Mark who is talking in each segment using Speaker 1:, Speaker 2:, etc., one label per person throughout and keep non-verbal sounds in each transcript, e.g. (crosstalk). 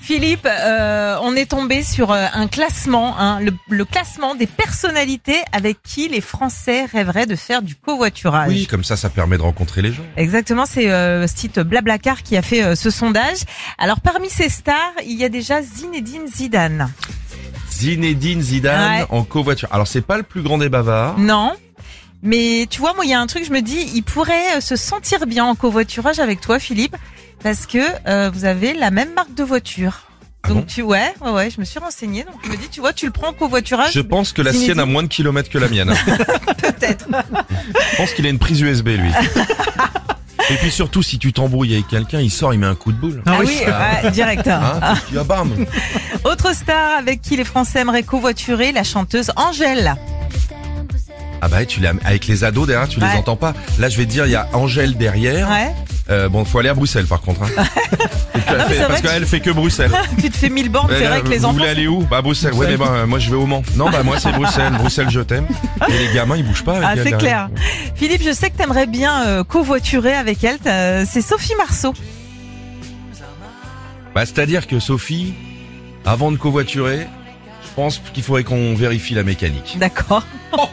Speaker 1: Philippe, euh, on est tombé sur euh, un classement, hein, le, le classement des personnalités avec qui les Français rêveraient de faire du covoiturage.
Speaker 2: Oui, comme ça, ça permet de rencontrer les gens.
Speaker 1: Exactement, c'est euh, ce site Blablacar qui a fait euh, ce sondage. Alors parmi ces stars, il y a déjà Zinedine Zidane.
Speaker 2: Ah. Zinedine Zidane
Speaker 1: Ouais.
Speaker 2: en covoiture. Alors, c'est pas le plus grand des bavards.
Speaker 1: Non. Mais tu vois, moi, il y a un truc, je me dis, il pourrait euh, se sentir bien en covoiturage avec toi, Philippe, parce que euh, vous avez la même marque de voiture.
Speaker 2: Ah
Speaker 1: donc
Speaker 2: bon
Speaker 1: tu ouais, ouais ouais, je me suis renseignée donc je me dis tu vois tu le prends en covoiturage
Speaker 2: Je pense que la
Speaker 1: Zinedine.
Speaker 2: sienne a moins de kilomètres que la mienne.
Speaker 1: (laughs) peut-être.
Speaker 2: Je pense qu'il a une prise
Speaker 1: (laughs)
Speaker 2: USB, lui. Et puis surtout, si tu t'embrouilles avec quelqu'un, il sort, il met un coup de boule.
Speaker 1: Ah oui,
Speaker 2: (laughs)
Speaker 1: ouais, direct.
Speaker 2: Hein, puis tu dis, ah, bam.
Speaker 1: Autre star avec qui les Français aimeraient covoiturer, la chanteuse Angèle.
Speaker 2: Ah bah, tu l'as, avec les ados derrière, tu
Speaker 1: Ouais.
Speaker 2: les entends pas. Là, je vais te dire, il y a Angèle derrière.
Speaker 1: Ouais. (laughs)
Speaker 2: Euh, bon, faut aller à Bruxelles, par contre. hein. Et puis, elle
Speaker 1: mais
Speaker 2: fait-
Speaker 1: c'est vrai
Speaker 2: parce
Speaker 1: que-
Speaker 2: qu'elle fait que Bruxelles.
Speaker 1: tu te fais mille bornes, c'est
Speaker 2: Euh,
Speaker 1: vrai que les
Speaker 2: vous
Speaker 1: enfants.
Speaker 2: voulez aller où Bah à Bruxelles. Ouais, mais bah, euh, moi je vais au Mans. Non, bah moi c'est
Speaker 1: (laughs)
Speaker 2: Bruxelles. Bruxelles, je t'aime. Et les gamins, ils bougent pas. Avec
Speaker 1: Ah
Speaker 2: elle
Speaker 1: c'est
Speaker 2: derrière.
Speaker 1: clair. Philippe, je sais que t'aimerais bien euh, covoiturer avec elle. t'as- euh, C'est Sophie Marceau.
Speaker 2: Bah c'est-à-dire que Sophie, avant de covoiturer, je pense qu'il faudrait qu'on vérifie la mécanique.
Speaker 1: D'accord. Oh.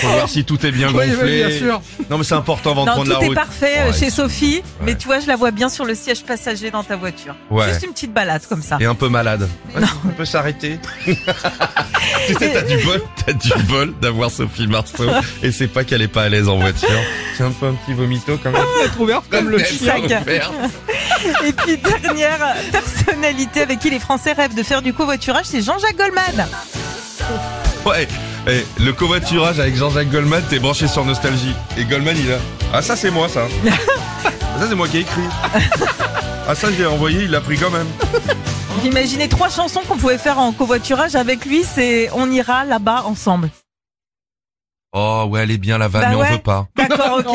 Speaker 2: Pour voir si tout est bien
Speaker 3: Oui,
Speaker 2: gonflé.
Speaker 3: oui, bien sûr.
Speaker 2: Non, mais c'est important avant de
Speaker 1: Non,
Speaker 2: prendre la
Speaker 1: tout est
Speaker 2: route.
Speaker 1: parfait euh,
Speaker 2: Ouais,
Speaker 1: chez Sophie, mais
Speaker 2: ouais.
Speaker 1: tu vois, je la vois bien sur le siège passager dans ta voiture.
Speaker 2: Ouais.
Speaker 1: Juste une petite balade comme ça.
Speaker 2: Et un peu malade. Ouais, On
Speaker 1: (laughs)
Speaker 2: peut s'arrêter. tu sais, t'as du bol, t'as du bol d'avoir Sophie Marceau. Et c'est pas qu'elle est pas à l'aise en voiture. C'est un peu un petit vomito quand même.
Speaker 3: Être ouverte comme le chien.
Speaker 1: sac. Et puis, (laughs) dernière personnalité avec qui les Français rêvent de faire du covoiturage, c'est Jean-Jacques Goldman.
Speaker 2: Ouais, eh, le covoiturage avec Jean-Jacques Goldman, t'es branché sur Nostalgie. Et Goldman, il a. Ah, ça, c'est moi, (laughs) ça. Ah, ça, c'est moi qui ai écrit. (laughs) Ah, ça, je l'ai envoyé, il l'a pris quand même.
Speaker 1: Imaginez trois chansons qu'on pouvait faire en covoiturage avec lui, c'est On ira là-bas ensemble.
Speaker 2: Oh, ouais, elle est bien, la vanne,
Speaker 1: Bah
Speaker 2: mais
Speaker 1: ouais.
Speaker 2: on veut pas.
Speaker 1: D'accord, ok.